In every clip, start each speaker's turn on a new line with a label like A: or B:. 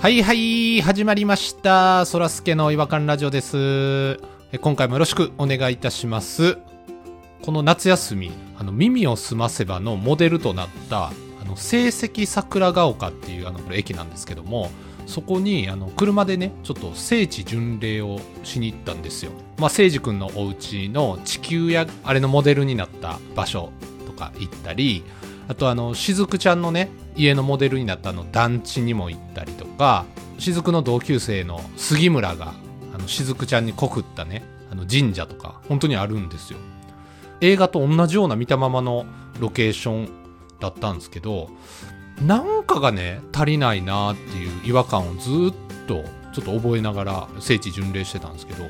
A: はいはい、始まりました。そらすけの違和感ラジオです。え今回もよろしくお願いいたします。この夏休み、あの、耳をすませばのモデルとなった、あの、成績桜ヶ丘っていう、あの、これ駅なんですけども、そこに、あの、車でね、ちょっと聖地巡礼をしに行ったんですよ。まあ、聖司くんのお家の地球や、あれのモデルになった場所とか行ったり、あとあのしずくちゃんのね家のモデルになったあの団地にも行ったりとかしずくの同級生の杉村があのしずくちゃんに告ったねあの神社とか本当にあるんですよ映画と同じような見たままのロケーションだったんですけどなんかがね足りないなっていう違和感をずっとちょっと覚えながら聖地巡礼してたんですけど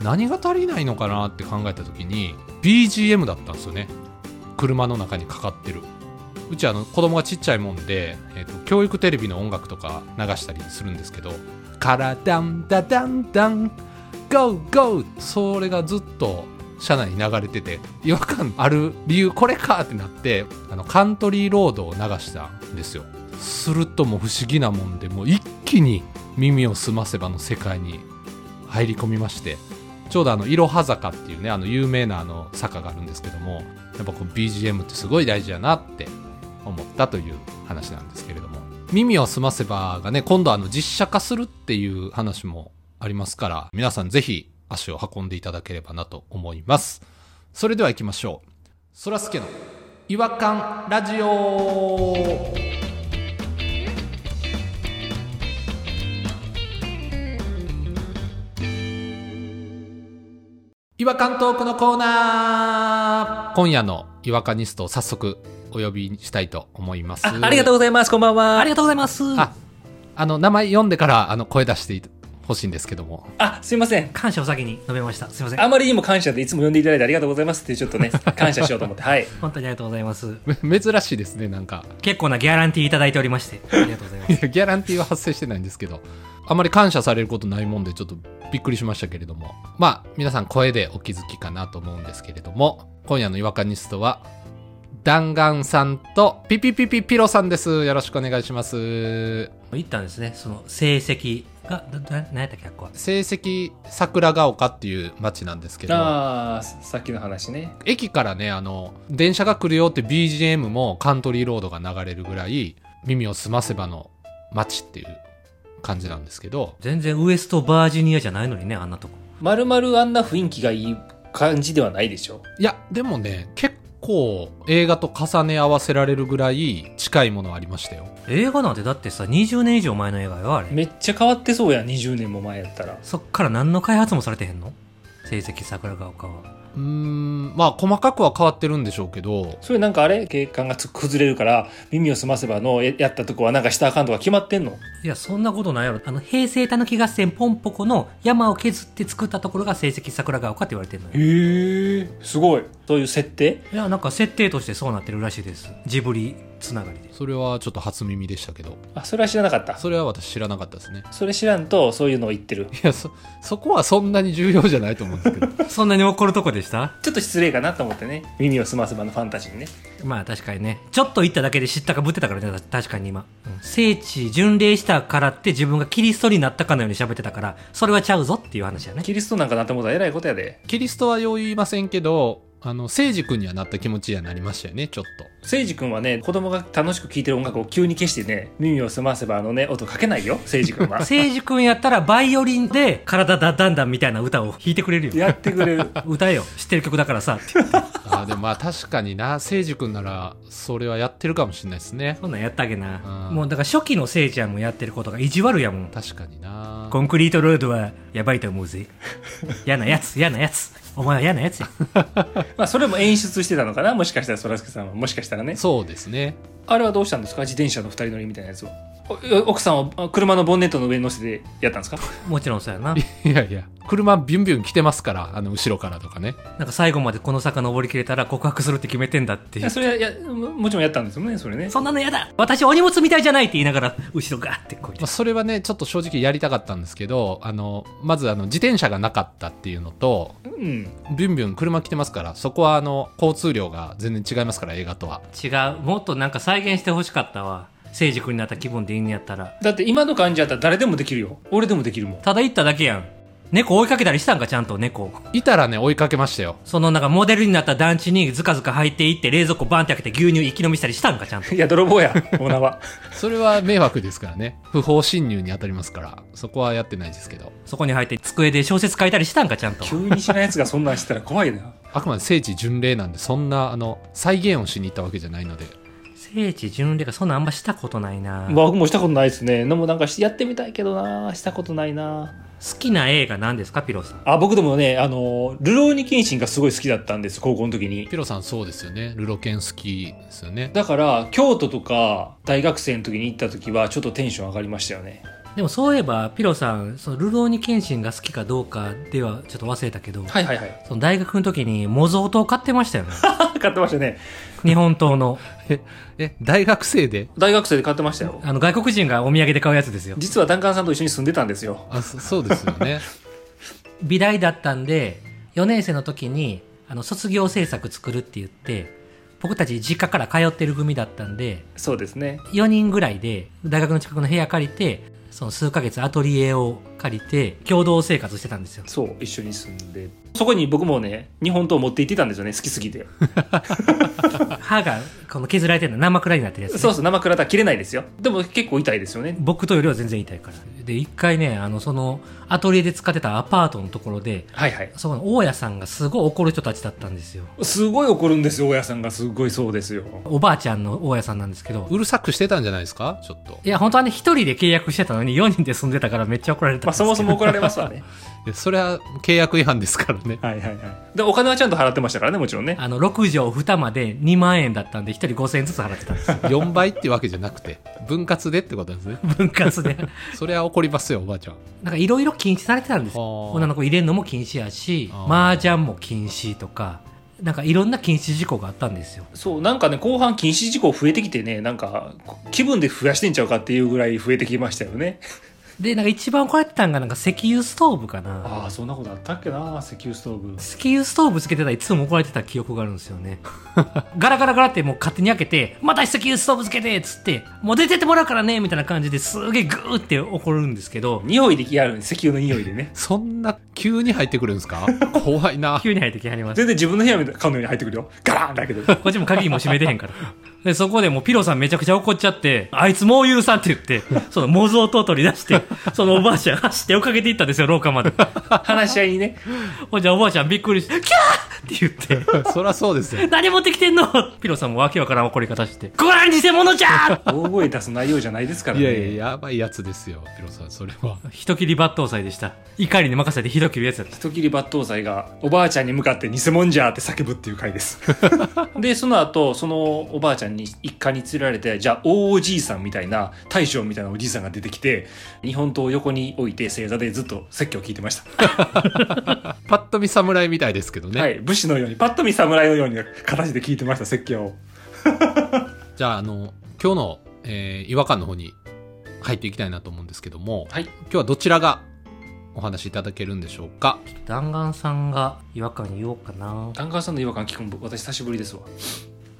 A: 何が足りないのかなって考えた時に BGM だったんですよね車の中にかかってるうちあの子供がちっちゃいもんで、えーと教育テレビの音楽とか流したりするんですけど「からダンダダンダンゴーゴー」それがずっと車内に流れてて違和感ある理由これかってなってあのカントリーロードを流したんですよするともう不思議なもんでもう一気に耳を澄ませばの世界に入り込みましてちょうどあのいろは坂っていうねあの有名なあの坂があるんですけどもやっぱこう BGM ってすごい大事やなって思ったという話なんですけれども「耳をすませば」がね今度あの実写化するっていう話もありますから皆さんぜひ足を運んでいただければなと思いますそれでは行きましょうそらすけの「違和感ラジオ」違和感トークのコーナー今夜の違和感ニストを早速お呼びしたいと思います
B: あありがとうございます。こんばんは。ありがとうございます。あ、
A: あ、あの、名前読んでから、あの、声出してほしいんですけども。
B: すいません。
C: 感謝を先に述べました。すみませ
B: あ
C: ん。
B: まりにも感謝でいつも呼んでいただいてありがとうございますっていうちょっ とね、感謝しようと思って。はい。
C: 本当にありがとうございます。
A: め珍しいですね、なんか。
C: 結構なギャランティーいただいておりまして、ありがとうございま
A: い
C: す。
A: やギャランティーは発生してないんですけど、あまり感謝されることないもんで、ちょっとびっくりしましたけれども。まあ、皆さん声でお気づきかなと思うんですけれども、今夜の違和感ニストは、弾丸さんとピピピピピロさんです。よろしくお願いします。
C: 言ったんですね、その成績が、だだ何やったっけ、あっこは。
A: 成績桜ヶ丘っていう町なんですけど、
B: ああ、さっきの話ね。
A: 駅からねあの電車が来るよって BGM もカントリーロードが流れるぐらい耳を澄ませばの街っていう感じなんですけど
C: 全然ウエストバージニアじゃないのにね、あんなとこ。
B: まるまるあんな雰囲気がいい感じではないでしょ。
A: いやでもね結構映画と重ね合わせられるぐらい近いものありましたよ
C: 映画なんてだってさ、20年以上前の映画よ、あれ。
B: めっちゃ変わってそうやん、20年も前やったら。
C: そっから何の開発もされてへんの成績桜ヶ丘は。
A: うーんまあ細かくは変わってるんでしょうけど
B: それなんかあれ景観がつ崩れるから、耳を澄ませばのえやったとこはなんかしたらあかんとか決まってんの
C: いや、そんなことないやろ。あの、平成たぬき合戦ポンポコの山を削って作ったところが成績桜ヶ丘って言われてるのよ。
B: へえ、すごい。そういう設定
C: いや、なんか設定としてそうなってるらしいです。ジブリつながりで。
A: それはちょっと初耳でしたけど
B: あ、それは知らなかった。
A: それは私知らなかったですね
B: それ知らんと、そういうのを言ってる。
A: いやそそこはそんなに重要じゃないと思うんですけど
C: そんなに怒るとこでした
B: ちょっと失礼かなと思ってね。耳を澄ませばのファンタジーにね。
C: まあ確かにね。ちょっと行っただけで知ったかぶってたからね、た確かに今。うん聖地巡礼したからって自分がキリストになったかのように喋ってたから、それはちゃうぞっていう話だね。
B: キリストなんかなって思ったらえらいことやで。
A: キリストはよう言いませんけどあの聖司君にはなった気持ちにはなりましたよねちょっと
B: せいじくんはね、子供が楽しく聴いてる音楽を急に消してね、耳を澄ませばあのね、音かけないよ、せいじくんは。
C: 聖司君やったらバイオリンで体だだんだんみたいな歌を弾いてくれるよ。
B: やってくれる。
C: 歌えよ。知ってる曲だからさ。って
A: あーでもまあ確かにな誠司君ならそれはやってるかもしれないですね
C: そんなんやったあげな。
A: うん
C: もうだから初期の聖ちゃんもやってることが意地悪やもん。
A: 確かにな
C: コンクリートロードはやばいと思うぜ。 嫌なやつ、嫌なやつ。お前は嫌なや つや。
B: まあ、それも演出してたのかなもしかしたら、そらすけさんは。もしかしたらね。
A: そうですね
B: あれはどうしたんですか自転車の二人乗りみたいなやつを。お奥さんをあ車のボンネットの上に乗せてやったんですか
C: もちろんそうやな。
A: いやいや車ビュンビュン来てますからあの後ろからとかね
C: なんか最後までこの坂登りきれたら告白するって決めてんだって
B: い
C: い
B: や
C: う。
B: それはやももちろんやったんですよね、それね。
C: そんなの嫌だ私お荷物みたいじゃないって言いながら、後ろガーってこう
A: まあ、それはねちょっと正直やりたかったんですけどあのまずあの自転車がなかったっていうのと
B: うん。
A: ビュンビュン車来てますからそこはあの交通量が全然違いますから映画とは
C: 違う。もっとなんか再現してほしかったわ。成熟になった気分でいいんやったら
B: だって今の感じやったら誰でもできるよ俺でもできるもん
C: ただ行っただけやん猫追いかけたりしたんかちゃんと猫
A: いたらね、追いかけましたよ。
C: そのなんかモデルになった団地にずかずか入っていって冷蔵庫バンって開けて牛乳一気飲みしたりしたんかちゃんと
B: いや泥棒やオーナー は
A: それは迷惑ですからね。不法侵入に当たりますから、そこはやってないですけど。
C: そこに入って机で小説書いたりしたんかちゃんと
B: 急に知らんやつがそんなんしてたら怖いな
A: あくまで聖地巡礼なんで、そんな、あの、再現をしに行ったわけじゃないので。
C: 聖地巡礼がそんなんあんましたことないな好
B: 僕もしたことないですねでもなんかやってみたいけどなしたことないな
C: きな映画何ですかピローさん
B: あ僕でもねあのルローニケンシンがすごい好きだったんです高校の時に
A: ピロさんそうですよね。ルロケン好きですよね。
B: だから京都とか大学生の時に行った時はちょっとテンション上がりましたよね
C: でもそういえばピローさんそのルローニケンシンが好きかどうかではちょっと忘れたけど、
B: はいはいはい
C: その大学の時に模造刀買ってましたよね
B: 買ってましたね
C: 日本刀の
A: え、大学生で
B: 大学生で買ってましたよ
C: あの外国人がお土産で買うやつですよ
B: 実はダンカンさんと一緒に住んでたんですよ
A: あそそうですよね。
C: 美大だったんで4年生の時にあの卒業制作作るって言って僕たち実家から通ってる組だったんで
B: そうですね
C: 4人ぐらいで大学の近くの部屋借りてその数ヶ月アトリエを借りて共同生活してたんですよ
B: そう一緒に住んでそこに僕もね日本刀持って行ってたんですよね好きすぎ て
C: 歯がこの削られてるの生くらいになってるやつね、
B: そうそう生倉田切れないですよでも結構痛いですよね
C: 僕とよりは全然痛いからで一回ねあのそのアトリエで使ってたアパートのところで
B: はいはい
C: そこの大家さんがすごい怒る人たちだったんですよ
B: すごい怒るんですよ大家さんがすごいそうですよ
C: おばあちゃんの大家さんなんですけど
A: うるさくしてたんじゃないですかちょっと。
C: いや、本当はね、一人で契約してたのに、4人で住んでたからめっちゃ怒られたんで
B: まあ
C: すけ
B: そ
C: ど。
B: もそも怒られますわね
A: いやそれは契約違反ですから ね。
B: はいはいはいでお金はちゃんと払ってましたからねもちろんね
C: あの、6畳2間で2万円だったんで、1人5000円ずつ払ってたん ですよ。
A: 4倍ってわけじゃなくて、分割でってことですね。
C: 分割で。
A: それは怒りますよ、おばあちゃ ん。
C: なんかいろいろ禁止されてたんですよ。
A: あー
C: 女の子入れるのも禁止やし、
A: あー
C: 麻雀も禁止とか、なんかいろんな禁止事項があったんですよ。
B: そうなんかね後半禁止事項増えてきてねなんかこ気分で増やしてんちゃうかっていうぐらい増えてきましたよね
C: で、なんか一番怒られてたのが、なんか石油ストーブかな。
B: ああそんなことあったっけな石油ストーブ
C: 石油ストーブつけてたらいつも怒られてた記憶があるんですよね。 ガラガラガラってもう勝手に開けて、また石油ストーブつけてっつって、もう出てってもらうからねみたいな感じですげえグーって怒るんですけ ど、
B: 匂いできある石油の匂いでね
A: そんな急に入ってくるんです か怖いな。
C: 急に入ってきはります。
B: 全然自分の部屋みたいなのように入ってくるよガラーンだけど
C: こっちも鍵も閉めてへんから。 で、そこでもうピロさんめちゃくちゃ怒っちゃって、あいつもう言うさんって言って、その模造刀取り出して、 そのおばあちゃん走って追っかけていったんですよ、廊下まで。
B: 話し合いにね
C: ほんじゃおばあちゃんびっくりして、 キャーって言って、
A: そりゃそうですよ。
C: 何持ってき てんのピロさんもわけわからん怒り方して、 こら偽物じゃー
B: 大声出す内容じゃないですから
A: い
B: ね
A: やいや、やばいやつですよ、ピロさん、それ は。
C: 人切り抜刀祭でした。怒りに任せてひどきるやつやった。
B: 人切り抜刀斎がおばあちゃんに向かって偽物じゃーって叫ぶっていう回です でその後そのおばあちゃんに一家に連れられてじゃあ大おじいさんみたいな大将みたいなおじいさんが出てきて日本刀を横に置いて正座でずっと説教を聞いてました、
A: パッと見侍みたいですけどね。
B: はい武士のようにパッと見侍のように形で聞いてました説教を
A: じゃあ、あの、今日の、えー違和感の方に入っていきたいなと思うんですけども、
B: はい
A: 今日はどちらがお話しいただけるんでしょうか。
C: 弾丸さんが違和感言おうかな。
B: 檀家さんの違和感聞くの私久しぶりですわ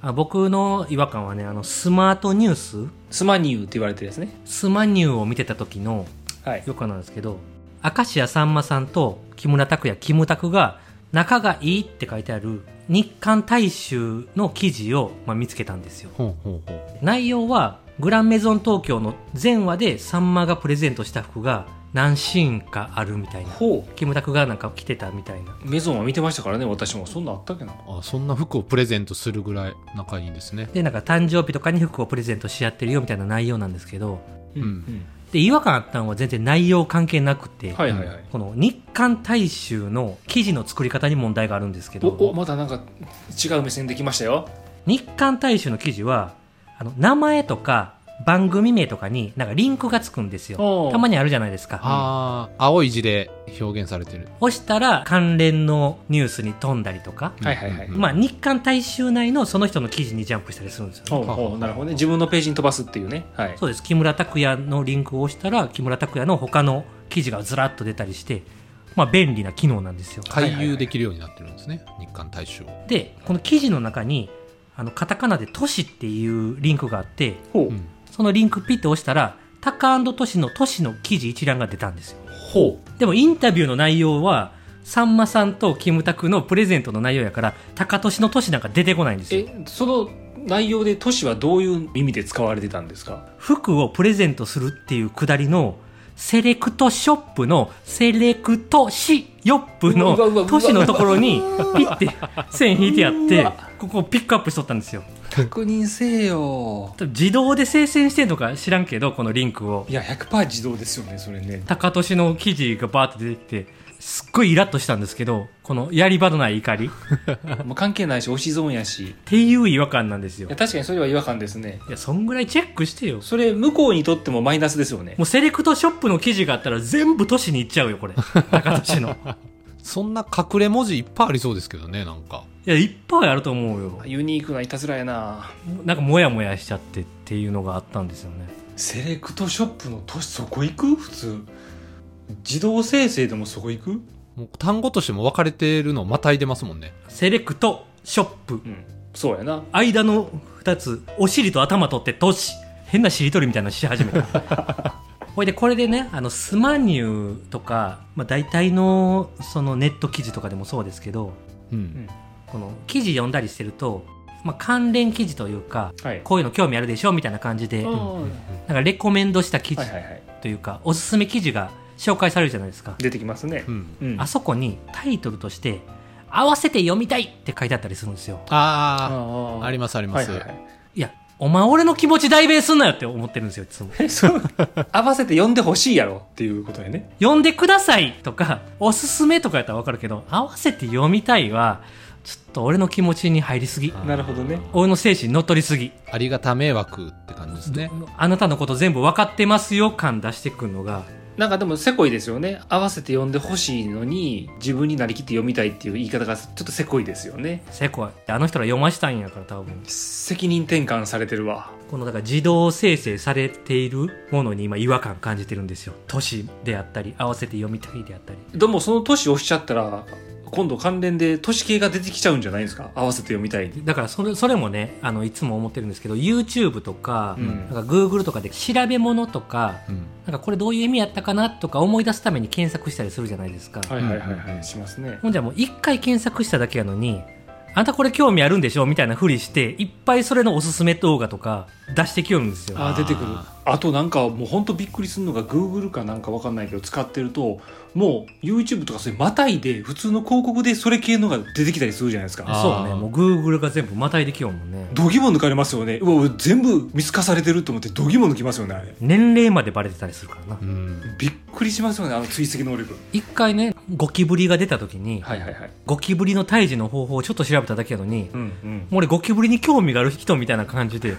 C: あ僕の違和感はね、あの、スマートニュース
B: スマニューって言われてるやつね
C: スマニューを見てた時の
B: はい
C: よくなんですけど明石家さんまさんと木村拓哉キムタクが仲がいいって書いてある日韓大衆の記事を、まあ、見つけたんですよ
A: ほうほうほう。
C: 内容はグランメゾン東京の前話でさんまがプレゼントした服が何シーンかあるみたいな
B: ほ
C: キムタクがなんか着てたみたいな
B: うメゾンは見てましたからね私もそんなんあったっけな
A: あ、そんな服をプレゼントするぐらい仲いいんですね。
C: でなんか誕生日とかに服をプレゼントし合ってるよみたいな内容なんですけど
B: うん
C: で違和感あったのは全然内容関係なくて、
B: はいはいはい、
C: この日韓大衆の記事の作り方に問題があるんですけど
B: おおまたなんか違う目線できましたよ
C: 日刊大衆の記事はあの名前とか番組名とかになんかリンクがつくんです
B: お
C: よ
B: う
C: たまにあるじゃないですか
A: ああ、青い字で表現されてる。
C: 押したら関連のニュースに飛んだりとか、
B: はいはいはい
A: うん
C: まあ、日刊大衆内のその人の記事にジャンプしたりするんですよね、
B: ほうほうなるほどね自分のページに飛ばすっていうねはい
C: そうです木村拓哉のリンクを押したら木村拓哉の他の記事がずらっと出たりして、まあ、便利な機能なんですよ
A: 回遊できるようになってるんですね。日韓大衆を。
C: でこの記事の中にあのカタカナで「都市」っていうリンクがあって
B: ほう
A: うん
C: そのリンクピッて押したら、タカトシのトシの記事一覧が出たんですよ。
B: ほう
C: でもインタビューの内容は、さんまさんとキムタクのプレゼントの内容やから、タカトシのトシなんか出てこないんですよ。
B: えその内容で都市はどういう意味で使われてたんですか
C: 服をプレゼントするっていうくだりの、セレクトショップの、セレクトシヨップの
B: うわうわうわうわ
C: 都市のところに、ピッて線引いてあって、ここをピックアップしとったんですよ。
B: 確認せえよ
C: 自動で生成してんのか知らんけど、このリンクを。
B: いや100%自動ですよねそれね
C: 高俊の記事がバーって出てきて、すっごいイラッとしたんですけど、このやり場のない怒りっ
B: もう関係ないし押し損やしい
C: ていう違和感なんですよ
B: や。確かにそれは違和感ですね
C: いや、そんぐらいチェックしてよ。
B: それ向こうにとってもマイナスですよね
C: もうセレクトショップの記事があったら全部都市に行っちゃうよ、これ。高俊の。
A: そんな隠れ文字いっぱいありそうですけどねなんか
C: いや、いっぱいあると思うよ。
B: ユニークないたずらやな
C: なんかモヤモヤしちゃってっていうのがあったんですよね。
B: セレクトショップの都市そこ行く普通自動生成でもそこ行く
A: もう単語としても分かれてるのをまたいでますもんね
C: セレクトショップ。
B: うんそうやな
C: 間の2つ、お尻と頭取って都市。変なしりとりみたいなのし始めた。ほいで、これでね、あの、スマニューとか、まあ、大体の、そのネット記事とかでもそうですけど、
A: うん
C: この記事読んだりしてると、まあ、関連記事というか、
B: はい
C: こういうの興味あるでしょみたいな感じで、
B: うん
C: なん
B: はい
C: かレコメンドした記
B: はい
C: 事
B: はい
C: というか、おすすめ記事が紹介されるじゃないですか。
B: 出てきますね
A: うん
B: うん
C: あそこにタイトルとして、合わせて読みたいって書いてあったりするんですよ。
A: あ
B: あ
A: ああり
B: ま
A: ますあります、
C: いや、お前俺の気持ち代弁すんなよって思ってるんですよ、いつも。
B: え そう合わせて呼んでほしいやろっていうことやね
C: 読んでくださいとか、おすすめとかやったらわかるけど、合わせて読みたいは、ちょっと俺の気持ちに入りすぎ。
B: なるほどね
C: 俺の精神に乗っ取りすぎ。
A: ありがた迷惑って感じですね
C: あなたのこと全部分かってますよ感出してくるのが、
B: なんかでもせこいですよね合わせて呼んでほしいのに自分になりきって読みたいっていう言い方がちょっとせこいですよね
C: せこい。あの人ら読ましたんやから多分。
B: 責任転換されてるわ
C: このだから自動生成されているものに今違和感感じてるんですよ。都市であったり、合わせて読みたいであったり。
B: でもその都市押しちゃったら今度関連で都市系が出てきちゃうんじゃないんですか合わせて読みたい
C: だからそれそれもねあのいつも思ってるんですけど YouTube とか,、
B: うん
C: なんか Google とかで調べ物とか
A: うん
C: なんかこれどういう意味やったかなとか思い出すために検索したりするじゃないですか、
B: はい
A: はいはい
B: はいしますね
C: ほんじゃもう一回検索しただけやのにあんたこれ興味あるんでしょみたいなふりしていっぱいそれのおすすめ動画とか出してきよるんですよ
B: あー出てくる
A: あ
B: あとなんかもうほんとびっくりするのが Google かなんかわかんないけど使ってるともう YouTube とかそういうまたいで普通の広告でそれ系のが出てきたりするじゃないですか
A: あー
C: そうねもう Google が全部またいできよるもんね
B: 度肝抜かれますよねうわ俺全部見透かされてると思って度肝抜きますよねあれ
C: 年齢までバレてたりするからな
A: うん
B: びっくりしますよねあの追跡能力
C: 一回ねゴキブリが出た時に
B: はいはいはい
C: ゴキブリの退治の方法をちょっと調べただけやのに
B: うんうん
C: もう俺ゴキブリに興味がある人みたいな感じ で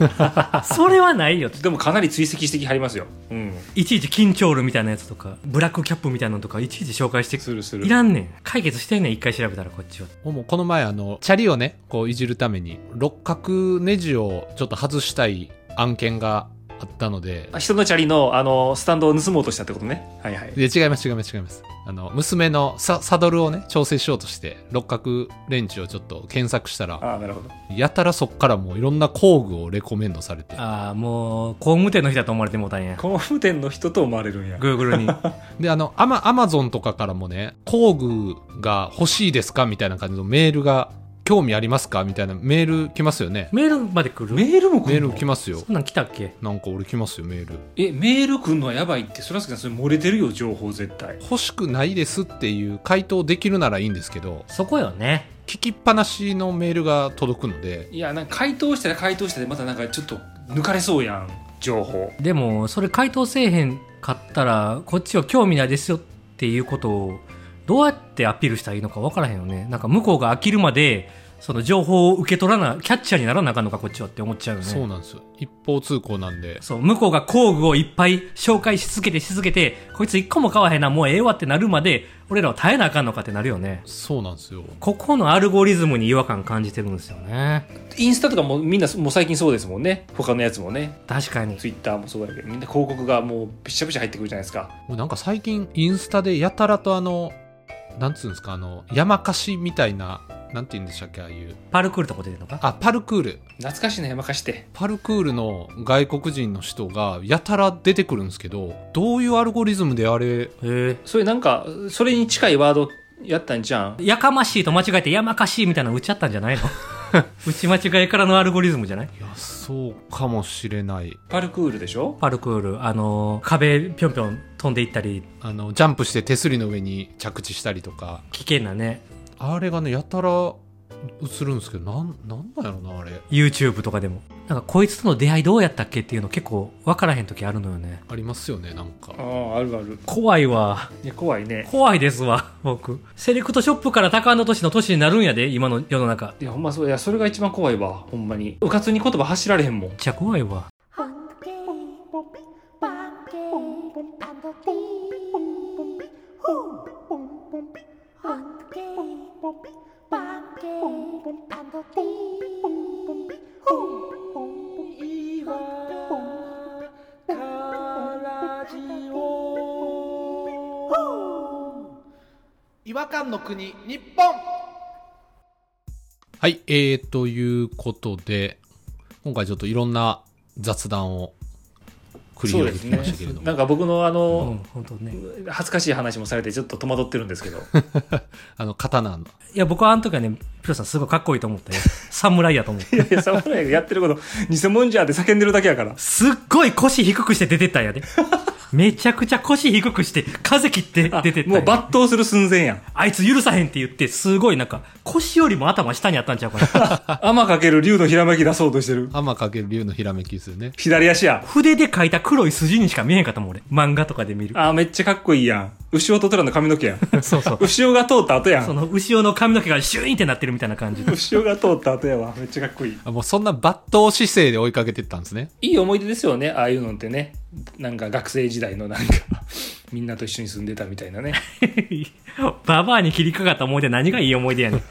C: それはないよって
B: でもかなり追跡してきはりますようん
C: いちいち緊張るみたいなやつとかブラックキャップみたいなのとかいちいち紹介して
B: するする
C: いらんねん解決してんねん一回調べたらこっちは
A: もうこの前あのチャリをねこういじるために六角ネジをちょっと外したい案件があったので
B: 人のチャリのあのスタンドを盗もうとしたってことねはいはい
A: で違います違います違いますあの娘のササドルをね調整しようとして六角レンチをちょっと検索したら
B: ああなるほど
A: やたらそっからもういろんな工具をレコメンドされて
C: ああもう工務店の人だと思われてもうたんや
B: 工務店の人と思われるんや
C: Google に
A: であのアマアマゾンとかからもね工具が欲しいですかみたいな感じのメールが興味ありますかみたいなメール来ますよね
C: メールまで来る
B: メールも
A: メ
B: 来
A: ー
B: る
A: ル
B: の
A: 来ますよ
C: そんなん来たっけ
A: なんか俺来ますよメール
B: えメール来んのはやばいってそらすけさんそれ漏れてるよ情報絶対
A: 欲しくないですっていう回答できるならいいんですけど
C: そこよね
A: 聞きっぱなしのメールが届くので
B: いやなんか回答したら回答したでまたなんかちょっと抜かれそうやん情報
C: でもそれ回答せえへんかったらこっちは興味ないですよっていうことをどうやってアピールしたらいいのか分からへんよねなんか向こうが飽きるまでその情報を受け取らなキャッチャーにならなあかんのかこっちはって思っちゃうよね
A: そうなんですよ一方通行なんで
C: そう、向こうが工具をいっぱい紹介し続けてし続けて、こいつ一個も買わへんな、もうええわってなるまで、俺らは耐えなあかんのかってなるよね。
A: そうなんですよ
C: ここのアルゴリズムに違和感感じてるんですよね。
B: インスタとかもみんなもう最近そうですもんね他のやつもね
C: 確かに。
B: ツイッターもそうだけどみんな広告がもうびしゃびしゃ入ってくるじゃないですか
A: もうなんか最近インスタでやたらとあのなんつうんですかあの山かしみたいななんて言うんでしたっけああいう
C: パルクールとか出てるのか
A: あパルクール
B: 懐かしいね任して
A: パルクールの外国人の人がやたら出てくるんですけどどういうアルゴリズムであれ
C: へ
B: そういうなんかそれに近いワードやったんじゃん
C: えやかましいと間違えてやまかしいみたいなの打ち合ったんじゃないの打ち間違いからのアルゴリズムじゃない
A: いやそうかもしれない
B: パルクールでしょ
C: パルクールあの壁ぴょんぴょん飛んでいったり
A: あのジャンプして手すりの上に着地したりとか
C: 危険なね
A: あれがねやたら映るんですけどなんなんなんやろなあれ
C: YouTube とかでもなんかこいつとの出会いどうやったっけっていうの結構分からへん時あるのよね
A: ありますよねなんか
B: あああるある
C: 怖いわ
B: いや怖いね
C: 怖いですわ僕セレクトショップから高野都市の都市になるんやで今の世の中めっ
B: いやほんまそういやそれが一番怖いわほんまにうかつに言葉走られへんもん
C: ちゃ怖いわ
D: Hunky,
A: 違和感の国日本はいえー、ということで今回ちょっといろんな雑談を繰り広げてきましたけれども、
B: なんか僕のあ
C: うん
B: の、
C: 本当ね
B: 恥ずかしい話もされてちょっと戸惑ってるんですけど
A: あの刀の
C: いや僕はあの時はねピロさんすごいかっこいいと思ったよ侍やと思って
B: いやいや侍がやってること偽物じゃって叫んでるだけやから
C: すっごい腰低くして出てったん やでめちゃくちゃ腰低くして風切って
B: あ
C: 出てったん
B: も
C: や
B: う抜刀する寸前や ん
C: あいつ許さへんって言ってすごいなんか腰よりも頭下にあったんちゃうかな
B: 天かける竜のひらめき出そうとしてる
A: 天かける竜のひらめきですよね
B: 左足や
C: 筆で描いた黒い筋にしか見えへんかったもん俺漫画とかで見る
B: あーめっちゃかっこいいやん牛尾と虎の髪の毛や ん
C: そうそう
B: 牛尾が通った後や
C: そ
B: ん
C: の後ろの髪の毛がシュイーンってなってるみたいな感じ で
B: 牛尾が通った後やわめっちゃかっこいい
A: あもうそんな抜刀姿勢で追いかけてったんですね
B: いい思い出ですよねああいうのってねなんか学生時代のなんかみんなと一緒に住んでたみたいな ね
C: ババアに切りかかった思い出何がいい思い出やね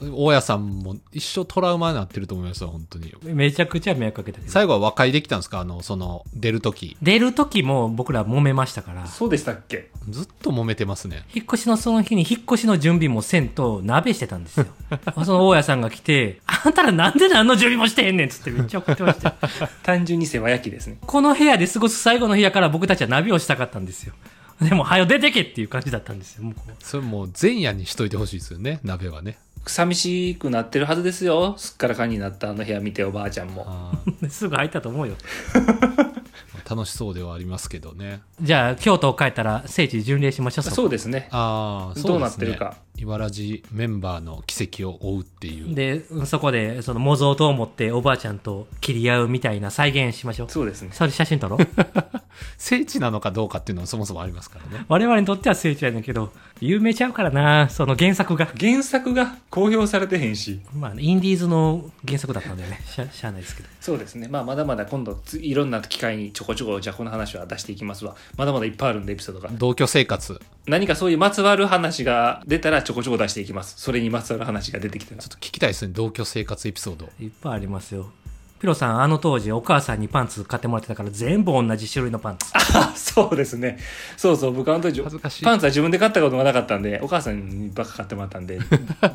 A: 大家さんも一生トラウマになってると思いますよ本当に
C: んめちゃくちゃ迷惑かけたけど
A: 最後は和解できたんですかあのその出る時
C: 出る時も僕ら揉めましたから
B: そうでしたっけ
A: ずっと揉めてますね
C: 引っ越しのその日に引っ越しの準備もせんと鍋してたん ですよその大家さんが来て「あんたらなんで何の準備もしてへんねん」っつってめっちゃ怒ってま したよ
B: 単純に世話焼きですね
C: この部屋で過ごす最後の部屋から僕たちは鍋をしたかったんですよでも「はよ出てけ」っていう感じだったんですよ向こう
A: それもう前夜にしといてほしいですよね鍋はね
B: 寂しくなってるはずですよすっからかんになったあの部屋見ておばあちゃんも
A: あー
C: ですぐ入ったと思うよ
A: 楽しそうではありますけどね
C: じゃあ京都を帰ったら聖地巡礼しましょう
B: そうですね
A: ああ
B: どうなってるか
A: 茨城メンバーの奇跡を追うっていう
C: でそこでその模造刀を持っておばあちゃんと切り合うみたいな再現しましょう
B: そうですね
C: それ写真撮ろ う
A: 聖地なのかどうかっていうのはそもそもありますからね
C: 我々にとっては聖地やねんけど有名ちゃうからなその原作が
B: 原作が公表されてへんし
C: まあ、インディーズの原作だったんだよね。 しゃ、しゃあないですけど。
B: そうですね、まあ、まだまだ今度ついろんな機会にちょこちょこじゃあこの話は出していきますわまだまだいっぱいあるんでエピソードが
A: 同居生活ちょ
B: 何かそういうまつわる話が出たらちょこちょこ出していきますそれにまつわる話が出てきたら
A: っと聞きたいですね同居生活エピソード
C: いっぱいありますよ。ピロさん、あの当時お母さんにパンツ買ってもらってたから全部同じ種類のパンツ。
B: あ そうですねそうそう僕あの時
A: 恥ずかしい
B: パンツは自分で買ったことがなかったんでお母さんにばっか買ってもらったんで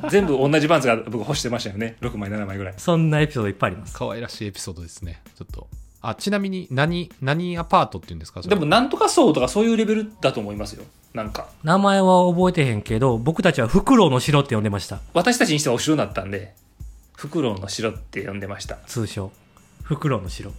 B: 全部同じパンツが僕干してましたよね6枚7枚ぐらい
C: そんなエピソードいっぱいあります。
A: 可愛らしいエピソードですねちょっとあちなみに何何アパートっていうんですかそ
B: で
A: れ
B: もなんとかそうとかそういうレベルだと思いますよなんか
C: 名前は覚えてへんけど、僕たちはフクロウの城って呼んでました。
B: 私たちにしてはお城だったんでフクロウの城って呼んでました
C: 通称。フクロウの城。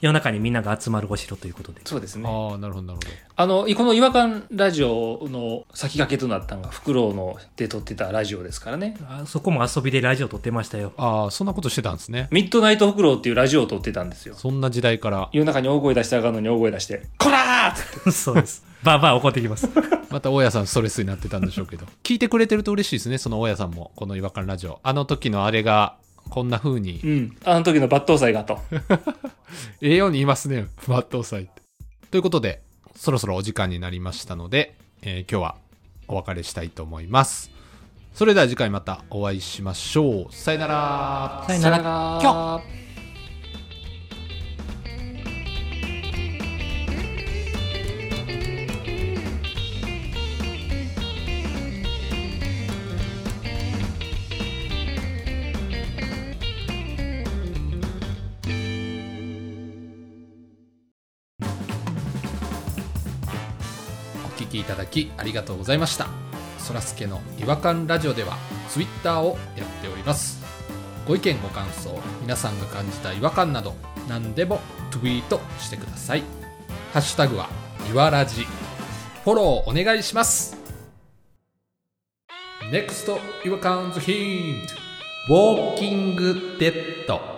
C: 夜中にみんなが集まるお城ということで。
B: そうですね
A: ああなるほどなるほど
B: あの、この違和感ラジオの先駆けとなったのが、フクロウので撮ってたラジオですからね。
C: あそこも遊びでラジオ撮ってましたよ。
A: ああそんなことしてたんですね
B: ミッドナイトフクロウっていうラジオを撮ってたんですよ。
A: そんな時代から
B: 夜中に大声出してあかんのに大声出して、こらーっつって。
C: そう です。ばあばあ怒ってきます。
A: また大家さんストレスになってたんでしょうけど 聞いてくれてると嬉しいですねその大家さんもこの「違和感ラジオ」あの時のあれがこんな風に
B: うん。あの時の抜刀祭がと。
A: ええように言いますね抜刀祭ってということでそろそろお時間になりましたので、えー今日はお別れしたいと思いますそれでは次回またお会いしましょうさよなら
C: さよなら
B: ら
A: きょ聞きいただきありがとうございましたそらすけの違和感ラジオではツイッターをやっておりますご意見ご感想皆さんが感じた違和感など何でもツイートしてくださいハッシュタグはいわらじフォローお願いします NEXT 違和感ズヒントウォーキングデッド